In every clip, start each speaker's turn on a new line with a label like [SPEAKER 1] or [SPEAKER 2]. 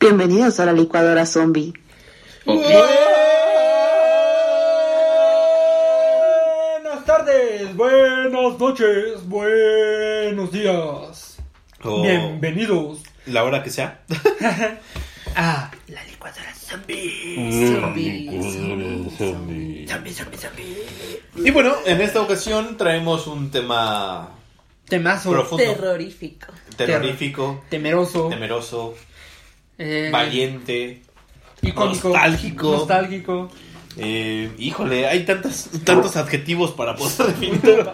[SPEAKER 1] Bienvenidos a la licuadora zombie.
[SPEAKER 2] Ok.
[SPEAKER 3] Buenas tardes, buenas noches, buenos días.
[SPEAKER 2] O
[SPEAKER 3] Bienvenidos
[SPEAKER 2] La hora que sea.
[SPEAKER 3] a la licuadora zombie.
[SPEAKER 2] Mm.
[SPEAKER 3] Zombie, zombie, zombie.
[SPEAKER 2] Y bueno, en esta ocasión traemos un tema
[SPEAKER 3] Temazo,
[SPEAKER 2] Profundo.
[SPEAKER 4] Terrorífico.
[SPEAKER 2] terrorífico,
[SPEAKER 3] temeroso,
[SPEAKER 2] temeroso,
[SPEAKER 3] eh,
[SPEAKER 2] valiente,
[SPEAKER 3] icónico,
[SPEAKER 2] nostálgico.
[SPEAKER 3] nostálgico,
[SPEAKER 2] Eh, híjole, hay tantas, tantos adjetivos para poder definir.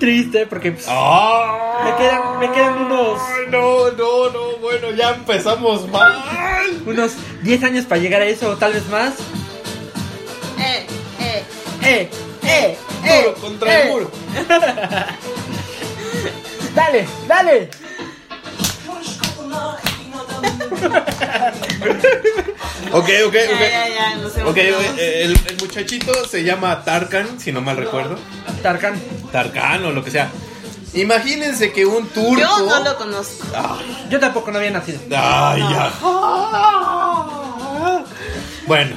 [SPEAKER 3] triste, porque pues,
[SPEAKER 2] ¡Ah!
[SPEAKER 3] me, quedan, me quedan unos
[SPEAKER 2] Ay, No, no, no, bueno, ya empezamos mal.
[SPEAKER 3] unos 10 años para llegar a eso, o tal vez más.
[SPEAKER 4] Eh, eh.
[SPEAKER 3] ¡Eh! ¡Eh! ¡Eh!
[SPEAKER 2] Duro contra el
[SPEAKER 3] eh.
[SPEAKER 2] muro.
[SPEAKER 3] ¡Dale! ¡Dale!
[SPEAKER 2] Ok, ok,
[SPEAKER 4] Ya, ya,
[SPEAKER 2] ok.
[SPEAKER 4] ya, nos
[SPEAKER 2] Ok,
[SPEAKER 4] emocionamos.
[SPEAKER 2] eh, el, el muchachito se llama Tarkan, si no mal recuerdo.
[SPEAKER 3] Tarkan.
[SPEAKER 2] Tarkan o lo que sea. Imagínense que un turco.
[SPEAKER 4] Yo no lo conozco.
[SPEAKER 3] Yo tampoco no había nacido.
[SPEAKER 2] Ay, ajá. Bueno,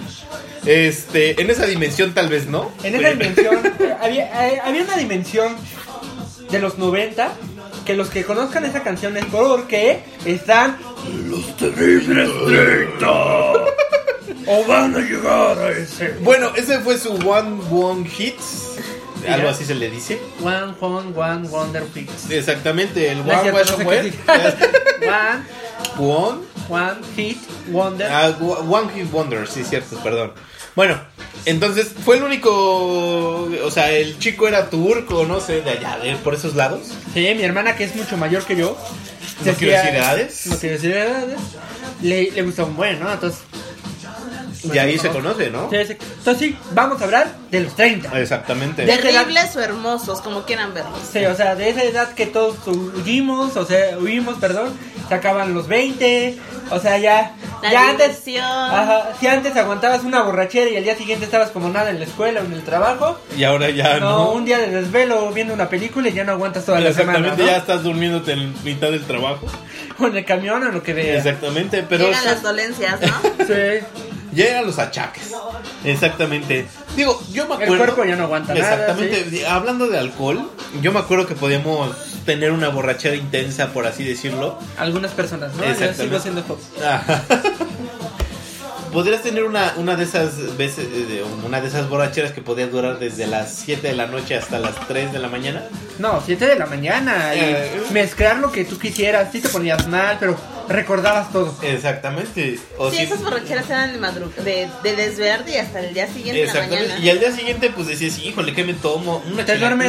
[SPEAKER 2] este, en esa dimensión tal vez no.
[SPEAKER 3] En esa dimensión, eh, había, eh, había una dimensión de los 90 que los que conozcan esa canción es porque están.
[SPEAKER 2] O van a llegar a ese. Bueno, ese fue su One One Hit. Algo así se le dice.
[SPEAKER 3] One One One Wonder Hits.
[SPEAKER 2] Exactamente, el
[SPEAKER 3] No es
[SPEAKER 2] One
[SPEAKER 3] cierto, no sé
[SPEAKER 2] One
[SPEAKER 3] qué One
[SPEAKER 2] One.
[SPEAKER 3] One Hit Wonder.
[SPEAKER 2] Ah, One Hit Wonder, sí, cierto, perdón. Bueno, entonces fue el único. O sea, el chico era turco, no sé, de allá, de por esos lados.
[SPEAKER 3] Sí, mi hermana que es mucho mayor que yo.
[SPEAKER 2] No
[SPEAKER 3] se
[SPEAKER 2] quiero
[SPEAKER 3] hacía-
[SPEAKER 2] decir edades.
[SPEAKER 3] No quiero decir edades. Le, le gusta un buen, ¿no? Entonces.
[SPEAKER 2] Y ahí se conoce, ¿no?
[SPEAKER 3] Sí, sí. Entonces sí, vamos a hablar de los 30.
[SPEAKER 2] Ah, Exactamente.
[SPEAKER 3] De-
[SPEAKER 4] Terribles o hermosos, como quieran verlos.
[SPEAKER 3] Sí, o sea, de esa edad que todos huimos, o sea, huimos, perdón, se acaban los 20, o sea, ya,
[SPEAKER 4] La
[SPEAKER 3] ya antes,
[SPEAKER 4] diversión.
[SPEAKER 3] ajá, si antes aguantabas una borrachera y al día siguiente estabas como nada en la escuela o en el trabajo,
[SPEAKER 2] Y ahora ya
[SPEAKER 3] no,
[SPEAKER 2] Ah, no.
[SPEAKER 3] un día de desvelo viendo una película y ya no aguantas toda la
[SPEAKER 2] Exactamente,
[SPEAKER 3] semana,
[SPEAKER 2] ya
[SPEAKER 3] ¿no?
[SPEAKER 2] estás durmiéndote en mitad del trabajo.
[SPEAKER 3] o en el camión o lo que veas.
[SPEAKER 2] Exactamente, pero
[SPEAKER 4] Llegan las dolencias, ¿no?
[SPEAKER 3] Sí.
[SPEAKER 2] ya eran los achaques. Exactamente. Digo, yo me
[SPEAKER 3] El
[SPEAKER 2] acuerdo.
[SPEAKER 3] cuerpo ya no aguanta nada,
[SPEAKER 2] Exactamente. Hablando de alcohol, yo me acuerdo que podíamos tener una borrachera intensa, por así decirlo.
[SPEAKER 3] Algunas personas, ¿no? Yo
[SPEAKER 2] Exactamente.
[SPEAKER 3] sigo siendo pop.
[SPEAKER 2] Ah. Podrías tener una, una de esas veces, eh, de- una de esas borracheras que podían durar desde las 7 de la noche hasta las 3 de la mañana.
[SPEAKER 3] No, 7 de la mañana y
[SPEAKER 2] Eh.
[SPEAKER 3] mezclar lo que tú quisieras, sí te ponías mal, pero recordabas todo.
[SPEAKER 2] Exactamente.
[SPEAKER 3] Oh,
[SPEAKER 2] O
[SPEAKER 4] Sí,
[SPEAKER 2] si-
[SPEAKER 4] esas borracheras eran de madrugada, de, de desverde y hasta el día siguiente en la
[SPEAKER 2] Exactamente.
[SPEAKER 4] mañana.
[SPEAKER 2] Y al día siguiente, pues decías, híjole, ¿qué me tomo? Una
[SPEAKER 3] Te
[SPEAKER 2] chila-
[SPEAKER 3] duermes.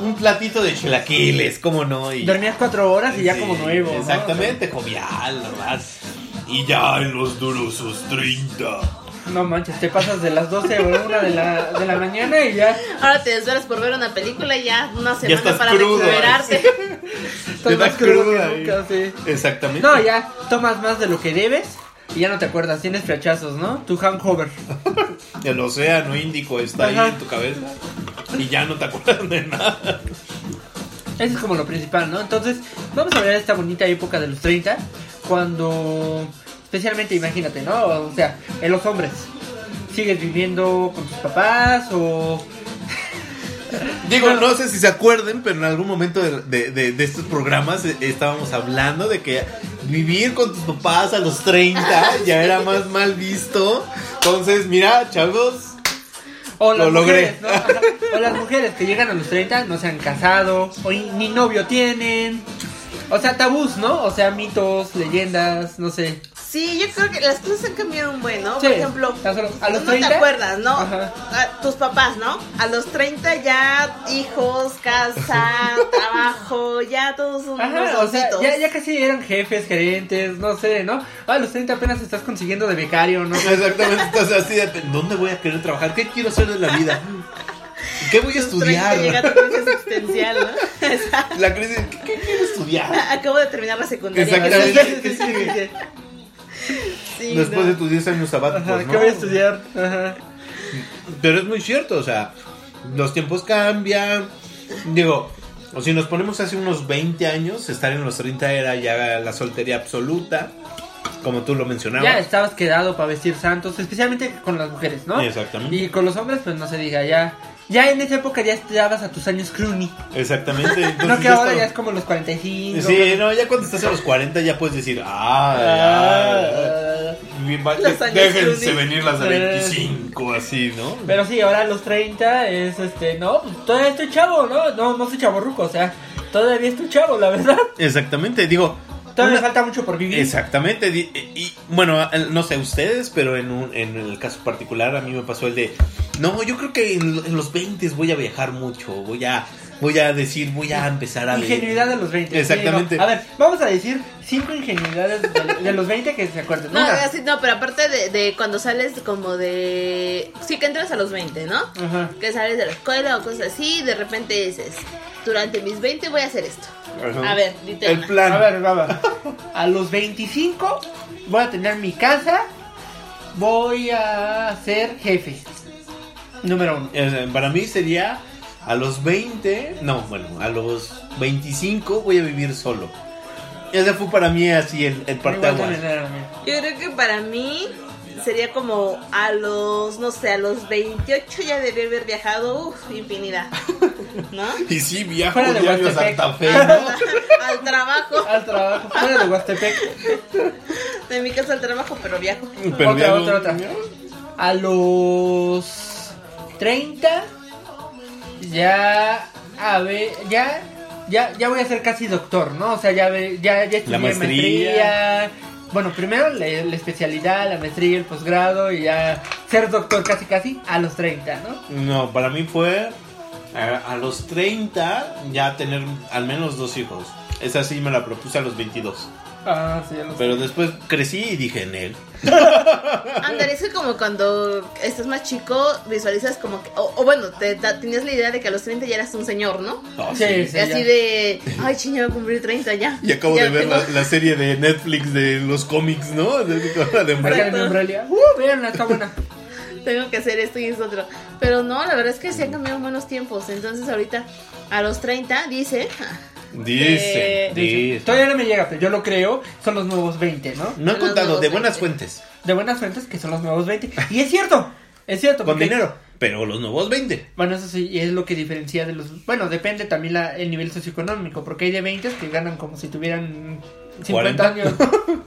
[SPEAKER 2] una- un platito de chilaquiles, ¿cómo no? Y,
[SPEAKER 3] Dormías 4 horas y ya como
[SPEAKER 2] Sí,
[SPEAKER 3] nuevo. ¿no?
[SPEAKER 2] Exactamente, jovial, normal. Y ya en los durosos 30.
[SPEAKER 3] No manches, te pasas de las 12 o 1 de la, de la mañana y ya
[SPEAKER 4] Ahora te desveras por ver una película y ya una semana
[SPEAKER 2] estás
[SPEAKER 4] para
[SPEAKER 2] crudo,
[SPEAKER 4] recuperarte.
[SPEAKER 3] estás
[SPEAKER 2] da
[SPEAKER 3] más crudo
[SPEAKER 2] cruda,
[SPEAKER 3] que nunca, sí.
[SPEAKER 2] Exactamente.
[SPEAKER 3] No, ya tomas más de lo que debes y ya no te acuerdas, tienes flachazos, ¿no? Tu hangover.
[SPEAKER 2] El océano Índico está
[SPEAKER 3] Ajá.
[SPEAKER 2] ahí en tu cabeza. Y ya no te acuerdas de nada.
[SPEAKER 3] Eso es como lo principal, ¿no? Entonces, vamos a hablar de esta bonita época de los 30, cuando, especialmente, imagínate, ¿no? O sea, en los hombres, sigues viviendo con tus papás o...
[SPEAKER 2] Digo, no sé si se acuerden, pero en algún momento de, de- de- de estos programas eh, estábamos hablando de que vivir con tus papás a los 30 ya era más mal visto. Entonces, mira, chavos,
[SPEAKER 3] O las
[SPEAKER 2] Lo logré.
[SPEAKER 3] mujeres, ¿no? Ajá. O las mujeres que llegan a los 30 no se han casado, o ni ni novio tienen. O sea, tabús, ¿no? O sea, mitos, leyendas, no sé.
[SPEAKER 4] Sí, yo creo que las cosas han cambiado un buen, ¿no?
[SPEAKER 3] Sí,
[SPEAKER 4] Por ejemplo,
[SPEAKER 3] tan solo a los
[SPEAKER 4] no
[SPEAKER 3] 30,
[SPEAKER 4] te acuerdas, ¿no?
[SPEAKER 3] ajá.
[SPEAKER 4] A tus papás, ¿no? A los 30 ya hijos, casa, trabajo, ya todos son unos
[SPEAKER 3] Ajá, o sea,
[SPEAKER 4] adultos.
[SPEAKER 3] ya, ya casi eran jefes, gerentes, no sé, ¿no? Ah, a los 30 apenas estás consiguiendo de becario, ¿no?
[SPEAKER 2] exactamente, entonces así de, ¿dónde voy a querer trabajar? ¿Qué quiero hacer en la vida? ¿Qué voy a
[SPEAKER 4] A los 30 llega
[SPEAKER 2] estudiar?
[SPEAKER 4] tu crisis existencial, ¿no? Exacto.
[SPEAKER 2] La crisis, ¿qué, qué quiero estudiar?
[SPEAKER 4] Acabo de terminar la secundaria.
[SPEAKER 2] Exactamente.
[SPEAKER 3] Sí, sí, sí.
[SPEAKER 4] Sí,
[SPEAKER 2] Después
[SPEAKER 4] no.
[SPEAKER 2] de tus 10 años
[SPEAKER 3] Ajá,
[SPEAKER 2] sabáticos,
[SPEAKER 3] ¿qué
[SPEAKER 2] Pues ¿no?
[SPEAKER 3] voy a estudiar? Ajá.
[SPEAKER 2] Pero es muy cierto, o sea, los tiempos cambian. Digo, o si nos ponemos hace unos 20 años, estar en los 30 era ya la soltería absoluta, como tú lo
[SPEAKER 3] Ya
[SPEAKER 2] mencionabas.
[SPEAKER 3] estabas quedado para vestir santos, especialmente con las mujeres, ¿no?
[SPEAKER 2] Exactamente.
[SPEAKER 3] Y con los hombres, pues no se diga, ya. Ya en esa época ya estabas a tus años croony.
[SPEAKER 2] Exactamente. Entonces,
[SPEAKER 3] No que
[SPEAKER 2] Pues ya
[SPEAKER 3] ahora ya es
[SPEAKER 2] estaba-
[SPEAKER 3] como los 45.
[SPEAKER 2] Sí, no, ya cuando estás a los 40 ya puedes decir, ah, ya,
[SPEAKER 3] Ah.
[SPEAKER 2] Mi ma-
[SPEAKER 4] Los años
[SPEAKER 2] Déjense
[SPEAKER 4] Rooney.
[SPEAKER 2] venir las de
[SPEAKER 3] Eh.
[SPEAKER 2] 25, así, ¿no?
[SPEAKER 3] Pero sí, ahora a los 30 es este, no, pues todavía estoy chavo, ¿no? No, no soy chavo o sea, todavía estoy chavo, la verdad.
[SPEAKER 2] Exactamente, digo.
[SPEAKER 3] Todavía me
[SPEAKER 2] una-
[SPEAKER 3] falta mucho por vivir.
[SPEAKER 2] Exactamente, di- eh, y, bueno, no sé ustedes, pero en, un- en el caso particular a mí me pasó el de, no, yo creo que en, lo- en los 20 voy a viajar mucho, voy a, voy a decir, voy a empezar a...
[SPEAKER 3] Ingenuidad de los 20. sí,
[SPEAKER 2] Exactamente.
[SPEAKER 3] no. A ver, vamos a decir cinco ingenuidades de, de los 20 que se acuerden.
[SPEAKER 4] No,
[SPEAKER 3] Una.
[SPEAKER 4] así, no, pero aparte de, de cuando sales como de... Sí, que entras a los 20, ¿no?
[SPEAKER 3] Ajá.
[SPEAKER 4] Que sales de la escuela o cosas así y de repente dices, durante mis 20 voy a hacer esto.
[SPEAKER 2] Ajá.
[SPEAKER 4] A ver,
[SPEAKER 2] El
[SPEAKER 4] literal.
[SPEAKER 2] plan.
[SPEAKER 3] A ver, va, va. A los 25 voy a tener mi casa. Voy a ser jefe. Número uno.
[SPEAKER 2] Eh, Para mí sería a los 20, no, bueno, a los 25 voy a vivir solo. Ese fue para mí así el,
[SPEAKER 3] Igual
[SPEAKER 2] el parteaguas.
[SPEAKER 3] también era la mía.
[SPEAKER 4] Yo creo que para mí sería como a los, no sé, a los 28 ya debí haber viajado, uff, infinidad. ¿No?
[SPEAKER 2] Y sí, viajo
[SPEAKER 3] Fuera de
[SPEAKER 2] diario a
[SPEAKER 3] Huastepec.
[SPEAKER 2] Santa Fe, ¿no?
[SPEAKER 4] al trabajo,
[SPEAKER 3] Al trabajo, fuera de Huastepec.
[SPEAKER 4] de mi casa al trabajo, pero viajo.
[SPEAKER 2] Pero
[SPEAKER 3] Otra,
[SPEAKER 2] diario-
[SPEAKER 3] otra, otra. A los 30 ya a ver, ya ya ya voy a ser casi doctor, ¿no? O sea, ya ve- ya ya estudié
[SPEAKER 2] maestría.
[SPEAKER 3] maestría. Bueno, primero la, la especialidad, la maestría, el posgrado y ya ser doctor casi casi a los 30, ¿no?
[SPEAKER 2] No, para mí fue eh, a, a los 30 ya tener al menos dos hijos. Esa sí me la propuse a los 22.
[SPEAKER 3] Ah, sí, a los
[SPEAKER 2] Pero después crecí y dije en él.
[SPEAKER 4] Andrés, es que como cuando estás más chico, visualizas como que, o, o bueno, te, da- tenías la idea de que a los 30 ya eras un señor, ¿no?
[SPEAKER 2] No,
[SPEAKER 3] Sí,
[SPEAKER 2] sí.
[SPEAKER 3] sí.
[SPEAKER 4] así
[SPEAKER 3] ya.
[SPEAKER 4] de, ay, ching, ya voy a cumplir 30 ya.
[SPEAKER 2] Y acabo
[SPEAKER 4] Ya
[SPEAKER 2] de ver
[SPEAKER 4] tengo-
[SPEAKER 2] la, la serie de Netflix de los cómics, ¿no? De, de- de-
[SPEAKER 3] Para que
[SPEAKER 4] Exacto.
[SPEAKER 3] me Umbralia. Uh, vean, está buena.
[SPEAKER 4] Tengo que hacer esto y es otro. Pero no, la verdad es que se han cambiado buenos tiempos. Entonces ahorita a los 30 dice,
[SPEAKER 2] Dice,
[SPEAKER 4] Eh,
[SPEAKER 2] dice.
[SPEAKER 3] Todavía no me llega, pero yo lo creo, son los nuevos 20, ¿no?
[SPEAKER 2] No
[SPEAKER 4] Los
[SPEAKER 2] he contado,
[SPEAKER 4] nuevos
[SPEAKER 2] de
[SPEAKER 4] 20.
[SPEAKER 2] buenas fuentes.
[SPEAKER 3] De buenas fuentes que son los nuevos 20. Y es cierto. Es cierto
[SPEAKER 2] Con
[SPEAKER 3] porque-
[SPEAKER 2] dinero, pero los nuevos 20.
[SPEAKER 3] Bueno, eso sí, y es lo que diferencia de los... Bueno, depende también la, el nivel socioeconómico, porque hay de 20 que ganan como si tuvieran 50
[SPEAKER 2] 40.
[SPEAKER 3] años.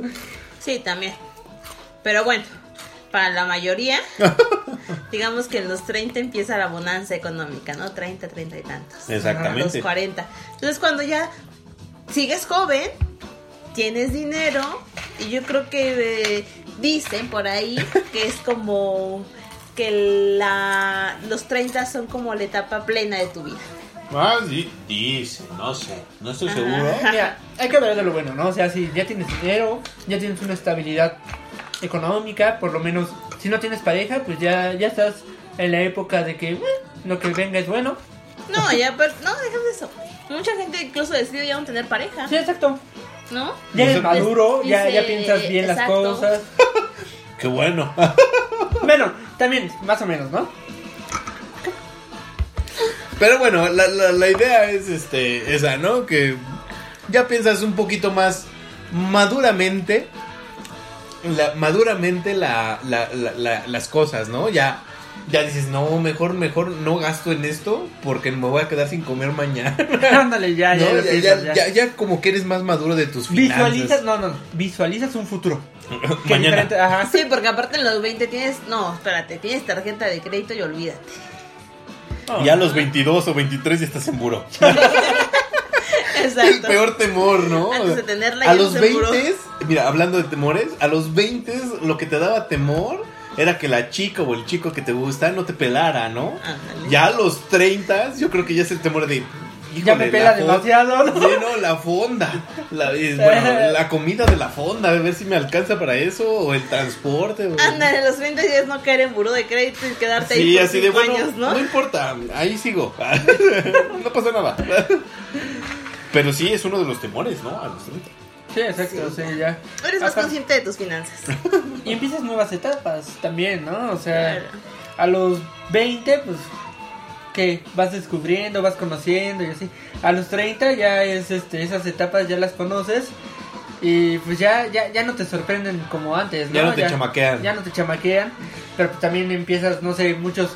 [SPEAKER 4] sí, también. Pero bueno, para la mayoría, digamos que en los 30 empieza la bonanza económica, ¿no? 30, 30 y tantos. a los
[SPEAKER 2] Exactamente.
[SPEAKER 4] 40. Entonces, cuando ya sigues joven, tienes dinero, y yo creo que eh, dicen por ahí que es como que la, los 30 son como la etapa plena de tu vida.
[SPEAKER 2] Ah, sí, dice, no sé, no estoy
[SPEAKER 4] Ajá.
[SPEAKER 2] seguro.
[SPEAKER 3] Mira, hay que hablar de lo bueno, ¿no? O sea, si ya tienes dinero, ya tienes una estabilidad económica, por lo menos si no tienes pareja, pues ya, ya estás en la época de que bueno, lo que venga es bueno.
[SPEAKER 4] No, ya, pero, no, déjame eso. Mucha gente incluso decide ya no tener pareja,
[SPEAKER 3] Sí, exacto.
[SPEAKER 4] ¿no?
[SPEAKER 3] Ya eres
[SPEAKER 2] Dice-
[SPEAKER 3] maduro, ya, ya
[SPEAKER 4] dice-
[SPEAKER 3] piensas bien las
[SPEAKER 4] exacto.
[SPEAKER 3] cosas.
[SPEAKER 2] Qué bueno.
[SPEAKER 3] Bueno, también, más o menos, ¿no?
[SPEAKER 2] Pero bueno, la, la- la idea es este, esa, ¿no? Que ya piensas un poquito más maduramente, la- maduramente la- la- la- la- las cosas, ¿no? Ya, ya dices, no, mejor, mejor no gasto en esto porque me voy a quedar sin comer mañana. ¿no?
[SPEAKER 3] Ándale, Ah, ya, ya, lo
[SPEAKER 2] ya,
[SPEAKER 3] piensas,
[SPEAKER 2] ya- ya- ya como que eres más maduro de tus finanzas.
[SPEAKER 3] Visualizas, no, no, no, visualizas un futuro. Que
[SPEAKER 2] mañana.
[SPEAKER 3] diferente- ajá.
[SPEAKER 4] Sí, porque aparte en los 20 tienes, no, espérate, tienes tarjeta de crédito y olvídate.
[SPEAKER 3] Oh.
[SPEAKER 2] Ya a los 22 o 23 ya estás en buró.
[SPEAKER 4] Exacto.
[SPEAKER 2] El peor temor, ¿no?
[SPEAKER 4] Antes de tenerla
[SPEAKER 2] a
[SPEAKER 4] ya
[SPEAKER 2] los
[SPEAKER 4] no se
[SPEAKER 2] 20,
[SPEAKER 4] muró.
[SPEAKER 2] mira, hablando de temores, a los 20 lo que te daba temor era que la chica o el chico que te gusta no te pelara, ¿no?
[SPEAKER 4] Ándale.
[SPEAKER 2] Ya a los 30 yo creo que ya es el temor de...
[SPEAKER 3] Ya me
[SPEAKER 2] híjole,
[SPEAKER 3] pela
[SPEAKER 2] la fon-
[SPEAKER 3] demasiado. ¿no?
[SPEAKER 2] Sí, no, la fonda. La, es- bueno, la comida de la fonda, a ver si me alcanza para eso, o el transporte. o-
[SPEAKER 4] Ándale, los 20 días no caer en buró de crédito y quedarte ahí
[SPEAKER 2] Sí,
[SPEAKER 4] por
[SPEAKER 2] así de
[SPEAKER 4] cinco
[SPEAKER 2] bueno,
[SPEAKER 4] años, ¿no?
[SPEAKER 2] no importa, ahí sigo. no pasa nada. Pero sí es uno de los temores, ¿no? A los 30.
[SPEAKER 3] Sí, exacto, sí, ya.
[SPEAKER 4] Eres más
[SPEAKER 3] Ajá.
[SPEAKER 4] consciente de tus finanzas.
[SPEAKER 3] Y empiezas nuevas etapas también, ¿no? O sea,
[SPEAKER 4] Claro.
[SPEAKER 3] a los 20, pues, que vas descubriendo, vas conociendo y así. A los 30 ya es, este, esas etapas ya las conoces y pues ya, ya, ya no te sorprenden como antes, ¿no?
[SPEAKER 2] Ya no te chamaquean.
[SPEAKER 3] Ya no te chamaquean, pero pues también empiezas, no sé, muchos,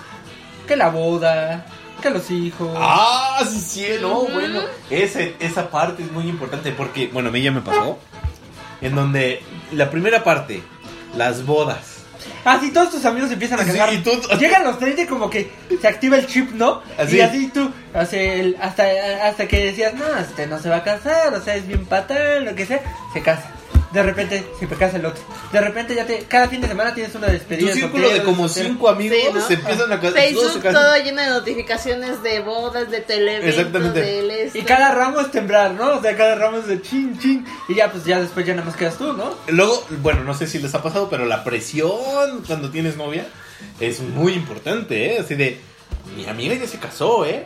[SPEAKER 3] que la boda, que los hijos.
[SPEAKER 2] Ah, sí, sí, no,
[SPEAKER 4] Ujú.
[SPEAKER 2] bueno. Ese, esa parte es muy importante porque, bueno, a mí ya me pasó. En donde la primera parte, las bodas.
[SPEAKER 3] Ah, sí, todos tus amigos empiezan a
[SPEAKER 2] Sí,
[SPEAKER 3] casar.
[SPEAKER 2] y tú-
[SPEAKER 3] Llegan los 30 y como que se activa el chip, ¿no?
[SPEAKER 2] Así.
[SPEAKER 3] Y así tú, o sea, el- hasta, hasta que decías, no, este no se va a casar, o sea, es bien patán, lo que sea, se casa. De repente se te casa el otro. De repente ya te, cada fin de semana tienes una
[SPEAKER 2] Tu
[SPEAKER 3] despedida.
[SPEAKER 2] círculo de
[SPEAKER 3] soltero,
[SPEAKER 2] como
[SPEAKER 3] soltero.
[SPEAKER 2] cinco amigos
[SPEAKER 4] Sí, ¿no?
[SPEAKER 2] se empiezan a casar. todos se
[SPEAKER 4] Facebook
[SPEAKER 2] casan.
[SPEAKER 4] todo lleno de notificaciones de bodas, de televentos,
[SPEAKER 2] Exactamente.
[SPEAKER 4] del esto.
[SPEAKER 3] Y cada ramo es temblar, ¿no? O sea, cada ramo es de chin, chin. Y ya, pues ya después ya nada más quedas tú, ¿no?
[SPEAKER 2] Luego, bueno, no sé si les ha pasado, pero la presión cuando tienes novia es muy importante, ¿eh? Así de, mi amiga ya se casó, ¿eh?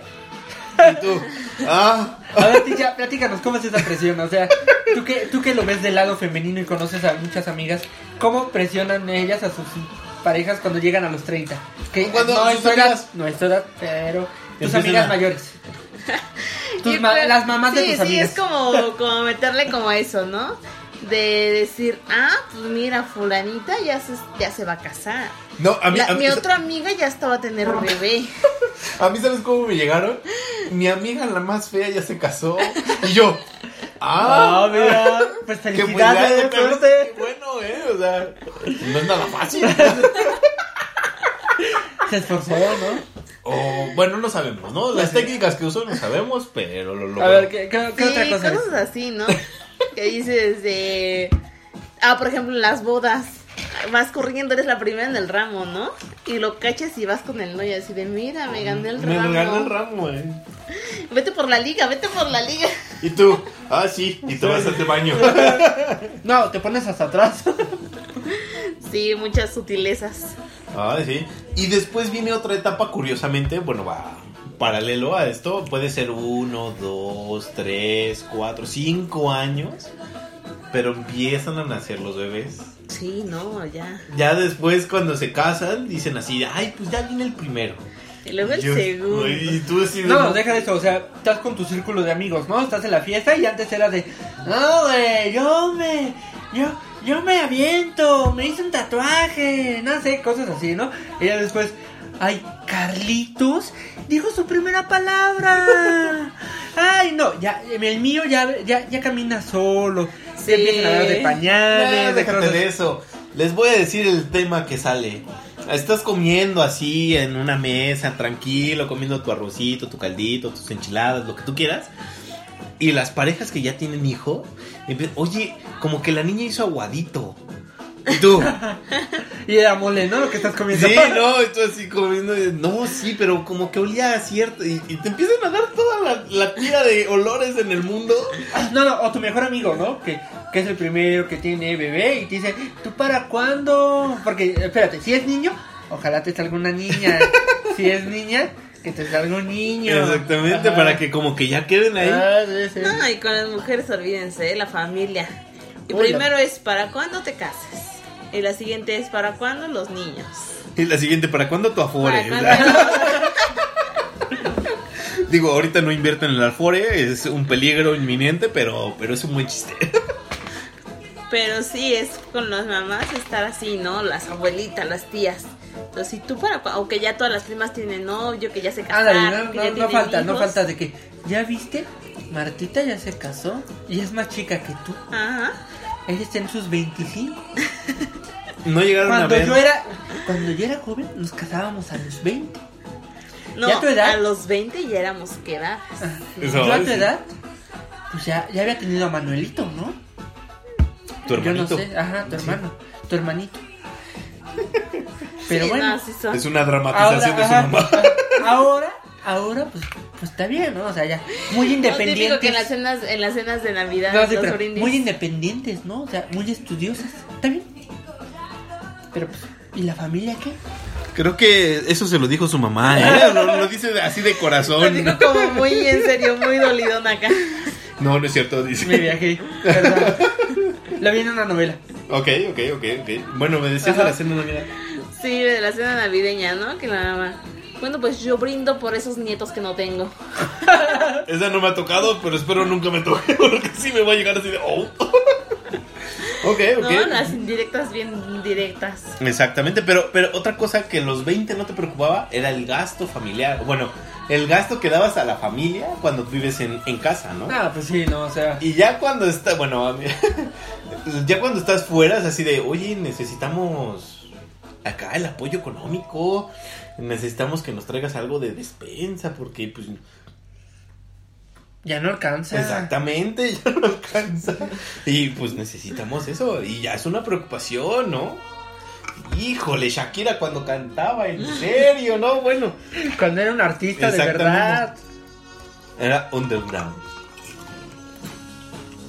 [SPEAKER 2] Y tú, ah,
[SPEAKER 3] A ver, Ticha, platícanos, ¿cómo es esa presión? O sea, tú que, tú que lo ves del lado femenino y conoces a muchas amigas, ¿cómo presionan ellas a sus parejas cuando llegan a los 30? Que
[SPEAKER 2] Cuando
[SPEAKER 3] no
[SPEAKER 2] sus
[SPEAKER 3] es tu edad,
[SPEAKER 2] amigas-
[SPEAKER 3] no es tu edad, pero tus
[SPEAKER 2] Empiezan
[SPEAKER 3] amigas
[SPEAKER 2] a-
[SPEAKER 3] mayores. Tus
[SPEAKER 4] Yo
[SPEAKER 3] ma-
[SPEAKER 4] creo-
[SPEAKER 3] las mamás de
[SPEAKER 4] pues, sí,
[SPEAKER 3] tus
[SPEAKER 4] sí,
[SPEAKER 3] amigas.
[SPEAKER 4] es como, como meterle como eso, ¿no? De decir, ah, pues mira, fulanita ya se, ya se va a casar.
[SPEAKER 2] no, a mí,
[SPEAKER 4] La-
[SPEAKER 2] a, mí,
[SPEAKER 4] mi otra amiga ya hasta va a tener bebé.
[SPEAKER 2] a mí, ¿sabes cómo me llegaron? Mi amiga, la más fea, ya se casó. Y yo,
[SPEAKER 3] Ah,
[SPEAKER 2] ah,
[SPEAKER 3] mira, pues
[SPEAKER 2] qué buena,
[SPEAKER 3] felicidades,
[SPEAKER 2] pero
[SPEAKER 3] suerte.
[SPEAKER 2] qué bueno, ¿eh? O sea, no es nada fácil.
[SPEAKER 3] Se esforzó, ¿no?
[SPEAKER 2] O, bueno, no sabemos, ¿no? Las técnicas que uso no sabemos, pero lo logró.
[SPEAKER 3] A ver, ¿qué, qué- qué
[SPEAKER 4] sí,
[SPEAKER 3] otra cosa? es?
[SPEAKER 4] cosas así, ¿no? Que dices de... Ah, por ejemplo, en las bodas. Vas corriendo, eres la primera en el ramo, ¿no? Y lo cachas y vas con el novio así de, mira, me gané el
[SPEAKER 2] Me
[SPEAKER 4] ramo.
[SPEAKER 2] regaló el ramo, ¿eh?
[SPEAKER 4] Vete por la liga, vete por la liga.
[SPEAKER 2] Y tú, ah, sí, y te vas al baño.
[SPEAKER 3] No, te pones hasta atrás.
[SPEAKER 4] Sí, muchas sutilezas.
[SPEAKER 2] Ah, sí. Y después viene otra etapa, curiosamente, bueno, va paralelo a esto, puede ser uno, dos, tres, cuatro, cinco años, pero empiezan a nacer los bebés.
[SPEAKER 4] Sí, no, ya.
[SPEAKER 2] Ya después cuando se casan, dicen así, ay, pues ya viene el primero.
[SPEAKER 4] Y luego el
[SPEAKER 2] Yo-
[SPEAKER 4] segundo.
[SPEAKER 2] Y tú decides,
[SPEAKER 3] No, deja de eso, o sea, estás con tu círculo de amigos, ¿no? Estás en la fiesta y antes era de, no, güey, yo me, yo, yo me aviento, me hice un tatuaje, no sé, cosas así, ¿no? Y ya después, ay, Carlitos dijo su primera palabra. Ay, no, ya, el mío ya, ya, ya camina solo.
[SPEAKER 4] Sí.
[SPEAKER 3] Se empiezan a hablar de pañales,
[SPEAKER 2] "Ah,
[SPEAKER 3] de
[SPEAKER 2] déjate
[SPEAKER 3] cosas.
[SPEAKER 2] de eso. Les voy a decir el tema que sale. Estás comiendo así en una mesa, tranquilo, comiendo tu arrocito, tu caldito, tus enchiladas, lo que tú quieras. Y las parejas que ya tienen hijo, empie- oye, como que la niña hizo aguadito. Y tú,
[SPEAKER 3] Y era mole, ¿no? Lo que estás comiendo.
[SPEAKER 2] sí, no, y tú así comiendo, y, no, sí, pero como que olía a cierto. Y, y te empiezan a dar toda la, la tira de olores en el mundo.
[SPEAKER 3] No, no, o tu mejor amigo, ¿no? Que, que es el primero que tiene bebé y te dice, ¿tú para cuándo? Porque, espérate, si es niño, ojalá te salga una niña. si es niña, que te salga un niño.
[SPEAKER 2] Exactamente,
[SPEAKER 3] Ajá.
[SPEAKER 2] para que como que ya queden ahí.
[SPEAKER 3] Ah, sí, sí.
[SPEAKER 4] No, y con las mujeres, olvídense, ¿eh? la familia. Y
[SPEAKER 3] Uy, la-
[SPEAKER 4] primero es, ¿para cuándo te casas? Y la siguiente es, ¿para cuándo los niños?
[SPEAKER 2] Y la siguiente, ¿para cuándo tu
[SPEAKER 4] ¿Para
[SPEAKER 2] Afore?
[SPEAKER 4] cuándo?
[SPEAKER 2] Digo, ahorita no invierto en el Afore, es un peligro inminente, pero, pero es un buen chiste.
[SPEAKER 4] Pero sí, es con las mamás estar así, ¿no? Las abuelitas, las tías. Entonces, ¿y tú para cuándo? Aunque ya todas las primas tienen novio, que ya se
[SPEAKER 3] Ándale,
[SPEAKER 4] casaron,
[SPEAKER 3] no,
[SPEAKER 4] que
[SPEAKER 3] no,
[SPEAKER 4] ya
[SPEAKER 3] no
[SPEAKER 4] tienen
[SPEAKER 3] falta, no
[SPEAKER 4] hijos.
[SPEAKER 3] falta de que, ¿ya viste? Martita ya se casó y es más chica que tú.
[SPEAKER 4] Ajá.
[SPEAKER 3] Ella está en sus 25.
[SPEAKER 2] No llegaron a
[SPEAKER 3] Cuando
[SPEAKER 2] ver.
[SPEAKER 3] yo era cuando yo era joven nos casábamos a los 20.
[SPEAKER 4] No,
[SPEAKER 3] ¿Ya tu edad?
[SPEAKER 4] a los 20 ya éramos quedadas.
[SPEAKER 2] Eso,
[SPEAKER 3] yo a tu
[SPEAKER 2] sí.
[SPEAKER 3] edad pues ya, ya había tenido a Manuelito, ¿no?
[SPEAKER 2] Tu
[SPEAKER 3] Yo
[SPEAKER 2] hermanito.
[SPEAKER 3] no sé, ajá, tu hermano, tu hermanito. Pero
[SPEAKER 4] Sí,
[SPEAKER 3] bueno,
[SPEAKER 4] no, sí son.
[SPEAKER 2] Es una dramatización
[SPEAKER 3] ahora,
[SPEAKER 2] de su
[SPEAKER 3] ajá,
[SPEAKER 2] mamá.
[SPEAKER 3] ahora, ahora, pues, pues está bien, ¿no? O sea, ya, muy
[SPEAKER 4] No, típico que en las
[SPEAKER 3] independientes.
[SPEAKER 4] cenas, en las cenas de Navidad,
[SPEAKER 3] No, sí,
[SPEAKER 4] los
[SPEAKER 3] pero
[SPEAKER 4] brindis.
[SPEAKER 3] muy independientes, ¿no? O sea, muy estudiosas, está bien. Pero pues, ¿y la familia qué?
[SPEAKER 2] Creo que eso se lo dijo su mamá, ¿eh? Lo, lo dice de- así de
[SPEAKER 4] Lo
[SPEAKER 2] corazón.
[SPEAKER 4] digo como muy en serio, muy dolidón acá.
[SPEAKER 2] No, no es cierto, dice.
[SPEAKER 3] Me viajé, ¿verdad? La vi en una novela.
[SPEAKER 2] Ok, ok, ok, ok. Bueno, me decías de la cena navideña.
[SPEAKER 4] Sí, de la cena navideña, ¿no? Que la mamá. Bueno, pues yo brindo por esos nietos que no tengo.
[SPEAKER 2] Esa no me ha tocado, pero espero nunca me toque, porque sí me va a llegar así de... Oh. ok, ok.
[SPEAKER 4] No, las indirectas bien directas.
[SPEAKER 2] Exactamente, pero, pero otra cosa que los 20 no te preocupaba era el gasto familiar. Bueno, el gasto que dabas a la familia cuando vives en, en casa, ¿no?
[SPEAKER 3] Ah, pues sí, no, o sea.
[SPEAKER 2] Y ya cuando está, bueno, a mí- ya cuando estás fuera es así de, oye, necesitamos acá el apoyo económico, necesitamos que nos traigas algo de despensa, porque pues
[SPEAKER 3] Ya no alcanza.
[SPEAKER 2] exactamente, ya no alcanza. Y pues necesitamos eso, y ya es una preocupación, ¿no? Híjole, Shakira cuando cantaba, en serio, ¿no? Bueno,
[SPEAKER 3] Cuando era un artista de
[SPEAKER 2] Exactamente.
[SPEAKER 3] verdad.
[SPEAKER 2] era underground.